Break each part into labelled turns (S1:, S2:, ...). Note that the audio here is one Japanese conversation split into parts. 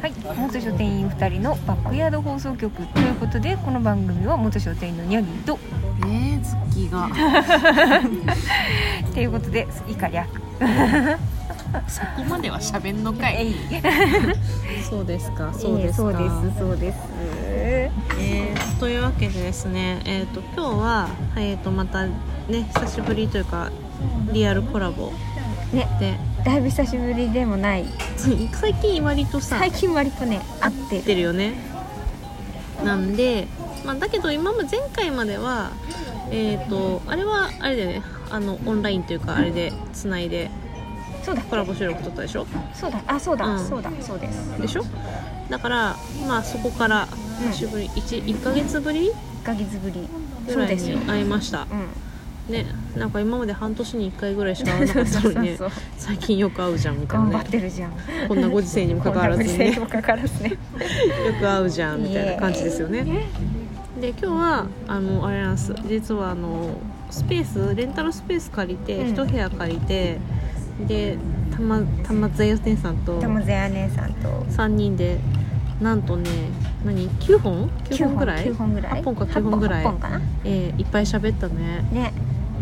S1: はい、元書店員2人のバックヤード放送局ということでこの番組は元書店員のニャギーと
S2: えー、ズッキーが
S1: ということで以下略
S2: そこまでは喋んのか
S1: え
S2: い
S1: い
S2: そうですか
S1: えーそうですそうです
S2: えーというわけでですね、えー、と今日は、えー、とまたね久しぶりというかリアルコラボ
S1: ね
S2: で
S1: だいぶ久しぶりでもない
S2: 最近割とさ
S1: 最近割とね会って
S2: ってるよねなんで、まあ、だけど今も前回まではえっ、とあれはあれだよねあのオンラインというかあれでつないで
S1: そうだ
S2: コラボ収録撮ったでしょ
S1: そうだあそうだ、
S2: うん
S1: そうだそうです
S2: でしょだからまあそこから久しぶり 1, 1ヶ月ぶり
S1: 1ヶ月ぶり
S2: ぐ
S1: そう
S2: らい
S1: です
S2: に
S1: よ
S2: 会いました
S1: うん
S2: ねなんか今まで半年に1回ぐらいしか会わなかったのにね
S1: そうそうそう
S2: 最近よく会うじゃんみたい
S1: 頑張
S2: な
S1: っ
S2: ね
S1: てるじゃん
S2: こんなご時世にもかかわらずにね
S1: にもかかわらずね
S2: よく会うじゃんみたいな感じですよねで今日はあのあれなんです実はあのスペースレンタルスペース借りて、
S1: うん
S2: 一部屋借りてでたまたまぜよ店さんと
S1: 玉瀬姉さんと
S2: 3人でなんとね何9本 ?9 本ぐらい
S1: 9、本ぐらい
S2: 8本か9本ぐらい
S1: 8本かな
S2: えーいっぱい喋ったね
S1: ね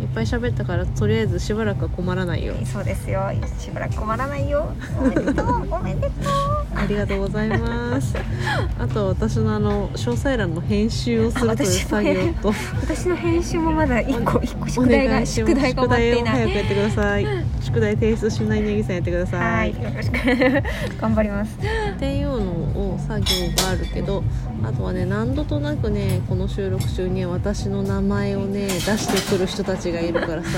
S2: いっぱい喋ったからとりあえずしばらくは困らないよ
S1: そうですよしばらく困らないよおめでとうおめでと
S2: ありがとうございます あと私のあの詳細欄の編集をするという
S1: あ私
S2: 作
S1: も
S2: 業
S1: ね
S2: と
S1: う私の編集もまだ一個一個
S2: お
S1: 宿題
S2: 願
S1: が
S2: いし
S1: 宿
S2: ます
S1: 題が終わっていな
S2: 宿題を早
S1: い
S2: くやってください宿題提出しないネギさんやってくださ
S1: はいいよろしく 頑張ります
S2: っていうのを作業があるけどあとはね何度となくねこの収録中に私の名前をね出してくる人たちがいるからさ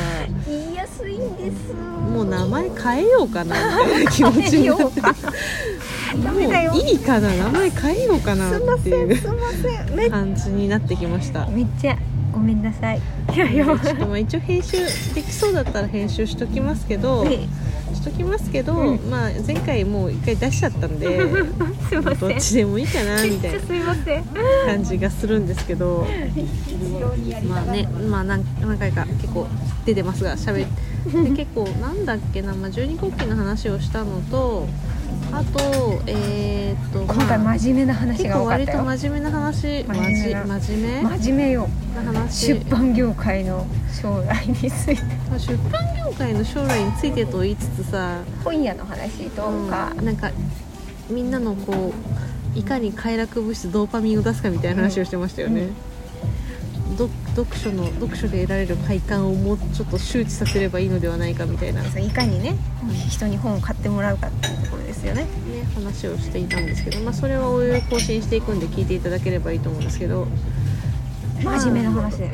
S1: 言いやすいんです
S2: もう名前変えようかなみたいな気持ちに なって
S1: ダメだよ
S2: もういいかな名前変えようか
S1: すい
S2: な
S1: ま
S2: って
S1: せん
S2: い
S1: す
S2: う
S1: いませんめっ
S2: 感じになってきました
S1: めっちゃごめんなさいいやい
S2: ち
S1: や
S2: ょっとまあ一応編集できそうだったら編集しときますけど、
S1: ね
S2: しときますけど、
S1: うん
S2: まあ前回もう一回出しちゃったんで
S1: すいませ
S2: ど
S1: ん
S2: っちでもいいかなみた
S1: め
S2: いな
S1: っちゃすいません
S2: 感じがするんです けどまあねまあ何何回か結構出てますが喋 って結構なんだっけな、まあ、十二国旗の話をしたのとあとえー、っと、
S1: 今回
S2: まあ
S1: 真面目な話
S2: 結
S1: が
S2: 構
S1: 多かっ
S2: 割
S1: た
S2: と
S1: よ
S2: 真面目な話
S1: 真面目な
S2: まじ真面目な
S1: 真面目よ
S2: 話
S1: 出版業界の将来について
S2: まあ出版業界の将来についてと言いつつさ
S1: 本屋の話とか、
S2: うんなんかみんなのこういかに快楽物質ドーパミンを出すかみたいな話をしてましたよね、ど読書の読書で得られる快感をもうちょっと周知させればいいのではないかみたいな、ね、
S1: そういかにね人に本を買ってもらうかっていうところですよね
S2: 話をしていたんですけど、まあ、それはおいおい更新していくんで聞いていただければいいと思うんですけど
S1: 真面目な話だよ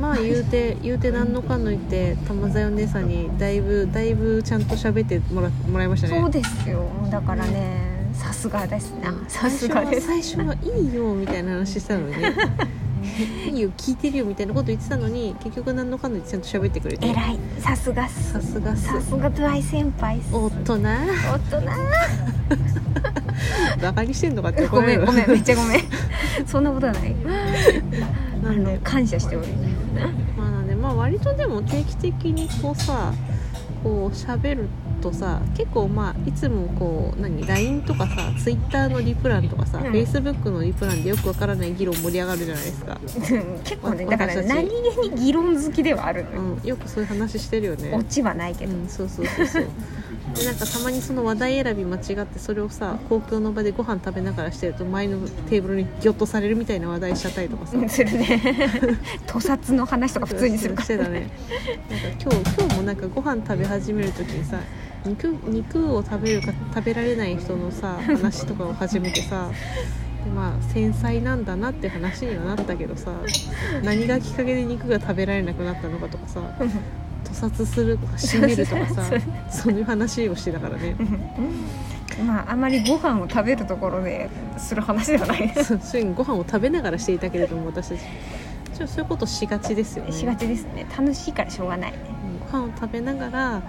S2: まあ言うて言うて何のかんの言って玉座よ姉さんにだいぶだいぶちゃんと喋ってもらもらいましたね
S1: そうですよだからねさすがですなさす
S2: 最初
S1: が
S2: は
S1: です
S2: 最初はいいよみたいな話した のにいいよ聞いてるよみたいなこと言ってたのに結局何のかんのちゃんと喋ってくれて
S1: 偉いさすがっす
S2: さすがっす
S1: さすがドライ先輩っす
S2: 大人
S1: 大人
S2: バカにしてんのかって怒
S1: ご
S2: ら
S1: め
S2: れ
S1: ん
S2: る
S1: ごめんめっちゃご めんそんなことはないあ
S2: なん
S1: の
S2: で
S1: 感謝しておる
S2: まあなんでまあ割とでも定期的にこうさこう喋るとさ結構まあいつもこう何 LINE とかさ Twitter のリプランとかさ、
S1: うん
S2: Facebook のリプランでよくわからない議論盛り上がるじゃないですか、
S1: 結構ね
S2: わ
S1: だから
S2: 私たち
S1: 何気に議論好きではあるの
S2: う
S1: よ
S2: ん、よくそういう話してるよね
S1: オチはないけど、
S2: うん、そうそうそ うそうでなんかたまにその話題選び間違ってそれをさ公共の場でご飯食べながらしてると前のテーブルにギョッとされるみたいな話題しちゃったりとかさ
S1: うんするね屠殺の話とか普通にするか
S2: してたねなんか今日今日もなんかご飯食べ始める時にさ肉肉を食べるか食べられない人のさ話とかを始めてさでまあ繊細なんだなって話にはなったけどさ何がきっかけで肉が食べられなくなったのかとかさ
S1: ら
S2: 屠殺するとか締めるとかさ
S1: そう
S2: そういう話をしてたからね
S1: うんまああまりご飯を食べるところでする話ではないです
S2: そうそういうご飯を食べながらしていたけれども私たちちょそういうことしがちですよね
S1: しがちですね楽しいからしょうがないね、
S2: うんご飯を食べながら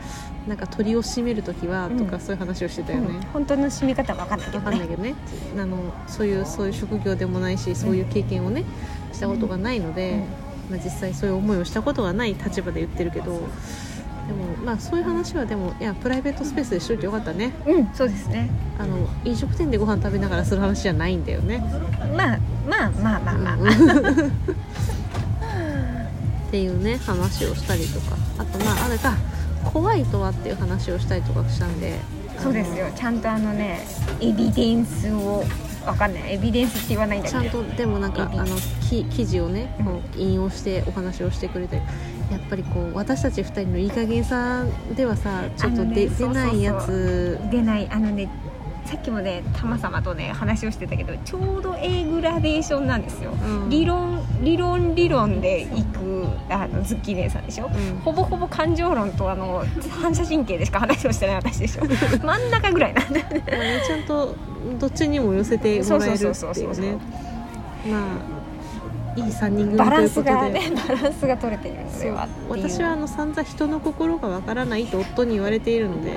S2: なんか鳥を締める時はとか、
S1: うん
S2: そういう話をしてたよ
S1: うん
S2: ね、
S1: 本当の締め方は分かんないけ
S2: わ
S1: ど
S2: かんな
S1: ね
S2: いけどねあのそういうそういう職業でもないしそういう経験をねしたことがないので、まあ、実際そういう思いをしたことがない立場で言ってるけどでもまあそういう話はでもいやプライベートスペースでしといてよかったね
S1: うんそうですね
S2: あの飲食店でご飯食べながらする話じゃないんだよね、
S1: まあまあまあまあまあ、
S2: うんっていうね話をしたりとかあとまああれか怖いとはっていう話をしたりとかしたんで
S1: そうですよちゃんとあのねエビデンスをわかんないエビデンスって言わないんだ
S2: ち
S1: け
S2: ゃ
S1: ど
S2: んとでもなんか
S1: エビ
S2: あのき記事をね
S1: うん
S2: こう引用してお話をしてくれたりやっぱりこう私たち2人のいい加減さではさちょっと
S1: あのね
S2: 出、
S1: そうそ
S2: 出
S1: うそう
S2: ないやつ
S1: 出ないあのねさっきもねタマ様とね話をしてたけどちょうど A グラデーションなんですよ
S2: うん
S1: 理論理論理論でいくあのズッキーネさんでしょ
S2: うん
S1: ほぼほぼ感情論とあの反射神経でしか話をしてない私でしょ真ん中ぐらいなんだよね
S2: まあねちゃんとどっちにも寄せてもらえる
S1: そう
S2: っ
S1: そう
S2: てい
S1: そう
S2: う
S1: そうそう
S2: ねまあいい3人組と
S1: バラ
S2: い
S1: ン
S2: うこ
S1: ス
S2: とで
S1: がねバランスが取れてるの
S2: そ
S1: で
S2: う
S1: はっていう
S2: 私はあの散々人の心がわからないと夫に言われているので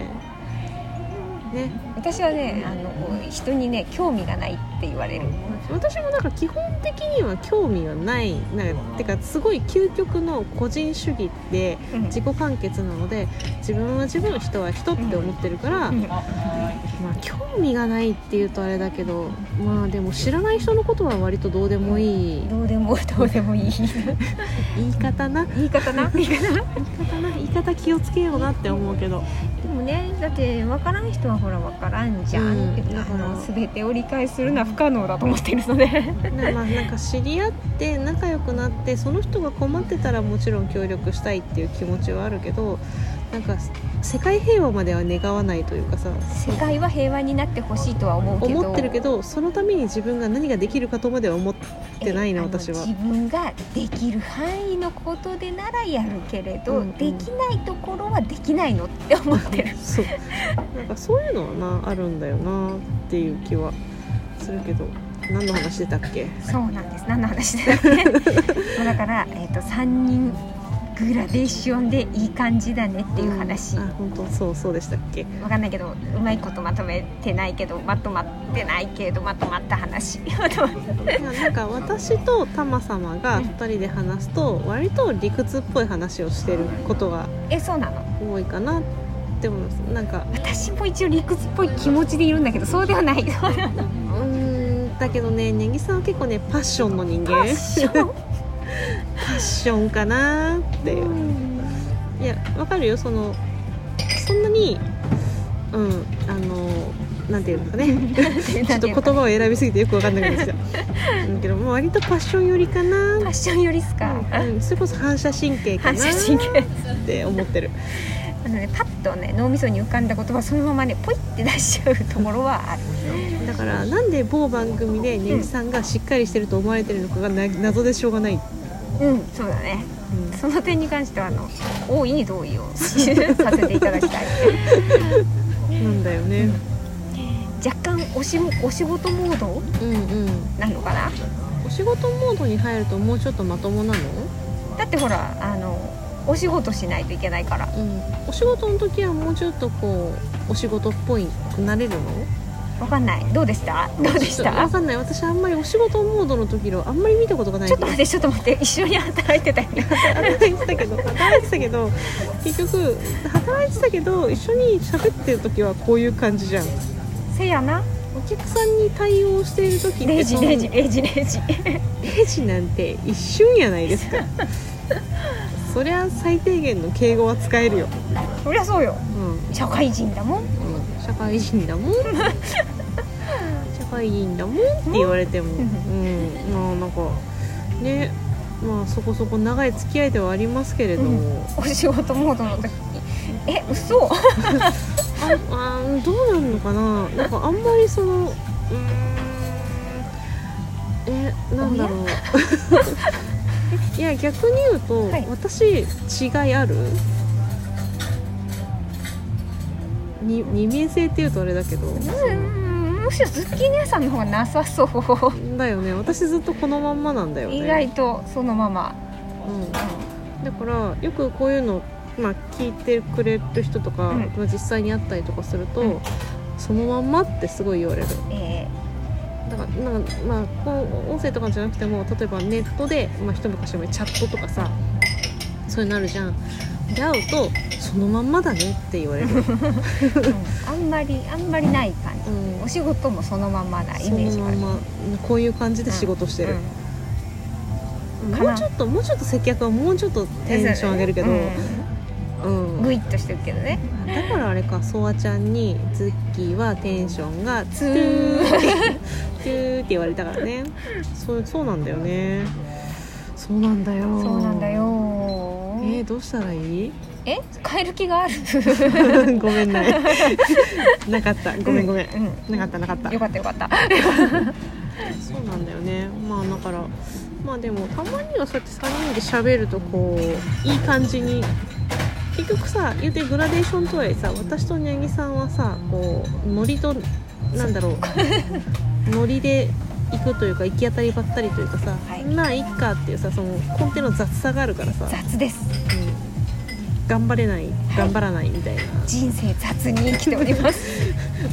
S2: ね
S1: 私はねあのこう人にね興味がないって言われる
S2: 私もなんか基本的には興味がないなんかてかすごい究極の個人主義で
S1: うん
S2: 自己完結なので自分は自分人は人って思ってるから、
S1: うん
S2: まあ、興味がないっていうとあれだけどまあでも知らない人のことは割とどうでもいい
S1: どうでもどうでもいい
S2: 言い方な
S1: 言い方な言い方な
S2: 言い方な言い方気をつけようなって思うけど
S1: でもねだって分からん人はほら分からんじゃん、
S2: うん
S1: って
S2: だから
S1: あの全てを理解するのは不可能だと思ってるので
S2: なまあなんか知り合って仲良くなってその人が困ってたらもちろん協力したいっていう気持ちはあるけどなんか世界平和までは願わないというかさ
S1: 世界は平和になってほしいとは思うけど
S2: 思ってるけどそのために自分が何ができるかとまでは思ってないな
S1: えあの
S2: 私は
S1: 自分ができる範囲のことでならやるけれど、
S2: うんうん
S1: できないところはできないのって思って る
S2: そうなんかそういうのはなあるんだよなっていう気はするけど何の話してたっけ
S1: そうなんです何の話だっけまあだから、えー、と3人グラデーションでいい感じだねっていう話、
S2: んあ本当そうそうでしたっけ
S1: わかんないけどうまいことまとめてないけどまとまってないけどまとまった話 まとまっ
S2: いやなんか私とタマ様が2人で話すと割と理屈っぽい話をしてることが
S1: えそうなの
S2: 多いかなって思いますなんか
S1: 私も一応理屈っぽい気持ちでいるんだけどそうではない
S2: うーんだけどねネギさんは結構ねパッションの人間
S1: パッション
S2: パッションかなっていういやわかるよそのそんなにうんあの なんていうのかねちょっと言葉を選びすぎてよくわかんないんですよ うんけどもう割とパッション寄りかな
S1: パッションよりっすか、
S2: うん、それこそ反射神経か
S1: 反
S2: な
S1: 射神経
S2: って思ってる
S1: あのねパッとね脳みそに浮かんだ言葉そのままねポイって出しちゃうところはある
S2: だからなんで某番組でネギさんがしっかりしてると思われてるのかがな謎でしょうがない、
S1: うんそうだね
S2: うん
S1: その点に関してはあの大いに同意をさせていただきたい
S2: なんだよね、
S1: 若干おしお仕事モード
S2: うんうん
S1: なのかな
S2: お仕事モードに入るともうちょっとまともなの、
S1: だってほらあのお仕事しないといけないから
S2: うん、お仕事の時はもうちょっとこうお仕事っぽいくなれるの
S1: わかんないどうでしたどうでし
S2: わ
S1: た
S2: かんない私あんまりお仕事モードの時のあんまり見たことがない
S1: ちょっと待ってちょっと待って一緒に働いてたよね
S2: 働いてたけど働いてたけど結局働いてたけど一緒に喋ってる時はこういう感じじゃん
S1: せやな
S2: お客さんに対応している時って
S1: 0時
S2: その
S1: 0時0時0時
S2: レジなんて一瞬やないですかそりゃ最低限の敬語は使えるよ、
S1: そりゃそうよ
S2: うん、
S1: 社会人だもん
S2: 社会人だもん社会人だもんって言われても
S1: ん
S2: うんまあなんかねまあそこそこ長い付き合いではありますけれども、
S1: お仕事モードの時え嘘
S2: ああーどうなるのかななんかあんまりそのうーんえなんだろう いや逆に言うと、
S1: はい
S2: 私違いあるに二面性っていうとあれだけど
S1: うんむしろズッキーニ屋さんの方がなさそう
S2: だよね私ずっとこのまんまなんだよね
S1: 意外とそのまま
S2: うん、だからよくこういうの、まあ、聞いてくれる人とか、
S1: うん
S2: まあ実際に会ったりとかすると、
S1: うん
S2: そのまんまってすごい言われる
S1: え
S2: だからなんかまあこう音声とかじゃなくても例えばネットで、まあ、一昔前チャットとかさそういうのあるじゃんで会うとそのまんまだねって言 われる、うん、
S1: あんまりあんまりない感じ、お仕事もそのまんまなイ
S2: そ
S1: メー
S2: の
S1: ジがあ
S2: ま
S1: る
S2: んまこういう感じで仕事してる、
S1: うんか
S2: も
S1: な
S2: うちょっともうちょっと接客はもうちょっとテンション上げるけど、
S1: うん
S2: うん
S1: グイッとしてるけどね
S2: だからあれかソワちゃんにズッキーはテンションがツー
S1: ツ
S2: ツーって言われたからねそうそうなんだよねそうなんだよ
S1: そうなんだよ
S2: えー、どうしたらい い
S1: え買える気がある
S2: ごめんない なかったごめんごめん、
S1: うん
S2: なかったなかった
S1: よかったよかった
S2: そうなんだよねまあだからまあでもたまにはそうやって3人で喋るとこういい感じに結局さ言うてグラデーションとはいえさ私と八木さんはさこうノリとなんだろ うノリで行くというか行き当たりばったりというかさ、
S1: はい
S2: まあいっかっていうさその根底の雑さがあるからさ、
S1: 雑です
S2: うん頑張れない頑張らないみたいな、
S1: 人生雑に生きております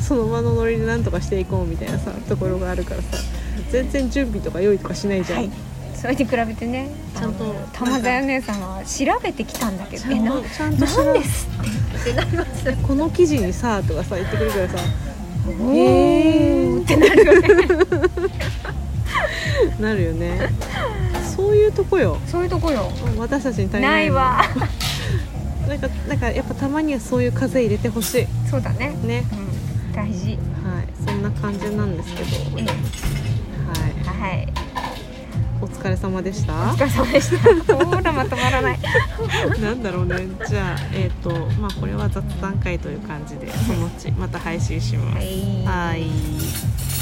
S2: その場のノリでなんとかしていこうみたいなさところがあるからさ全然準備とか用意とかしないじゃん、
S1: はいそれに比べてね
S2: ちゃんと
S1: あの玉田屋姉さんは調べてきたんだけ
S2: ち
S1: ど
S2: ゃ
S1: え
S2: ん
S1: な
S2: とちゃん
S1: な
S2: と
S1: ん
S2: し
S1: ですってってなります
S2: ろこの記事にさとかさ言ってくるからさ
S1: おー
S2: ー
S1: ってなるよね
S2: なるよねそういうとこよ
S1: そういうとこよ
S2: 私たちに足りな
S1: ないい
S2: の
S1: わ
S2: なんかなんかやっぱたまにはそういう風入れてほし
S1: そうだね
S2: いね
S1: うん大事
S2: はいそんな感じなんですけど
S1: ええ
S2: はい
S1: はい
S2: お疲れ様でし
S1: お 疲
S2: た
S1: れ様でした ほらまとまらない
S2: なんだろうねじゃあえっ、とまあこれは雑談会という感じでそのうちまた配信します、
S1: はい
S2: はい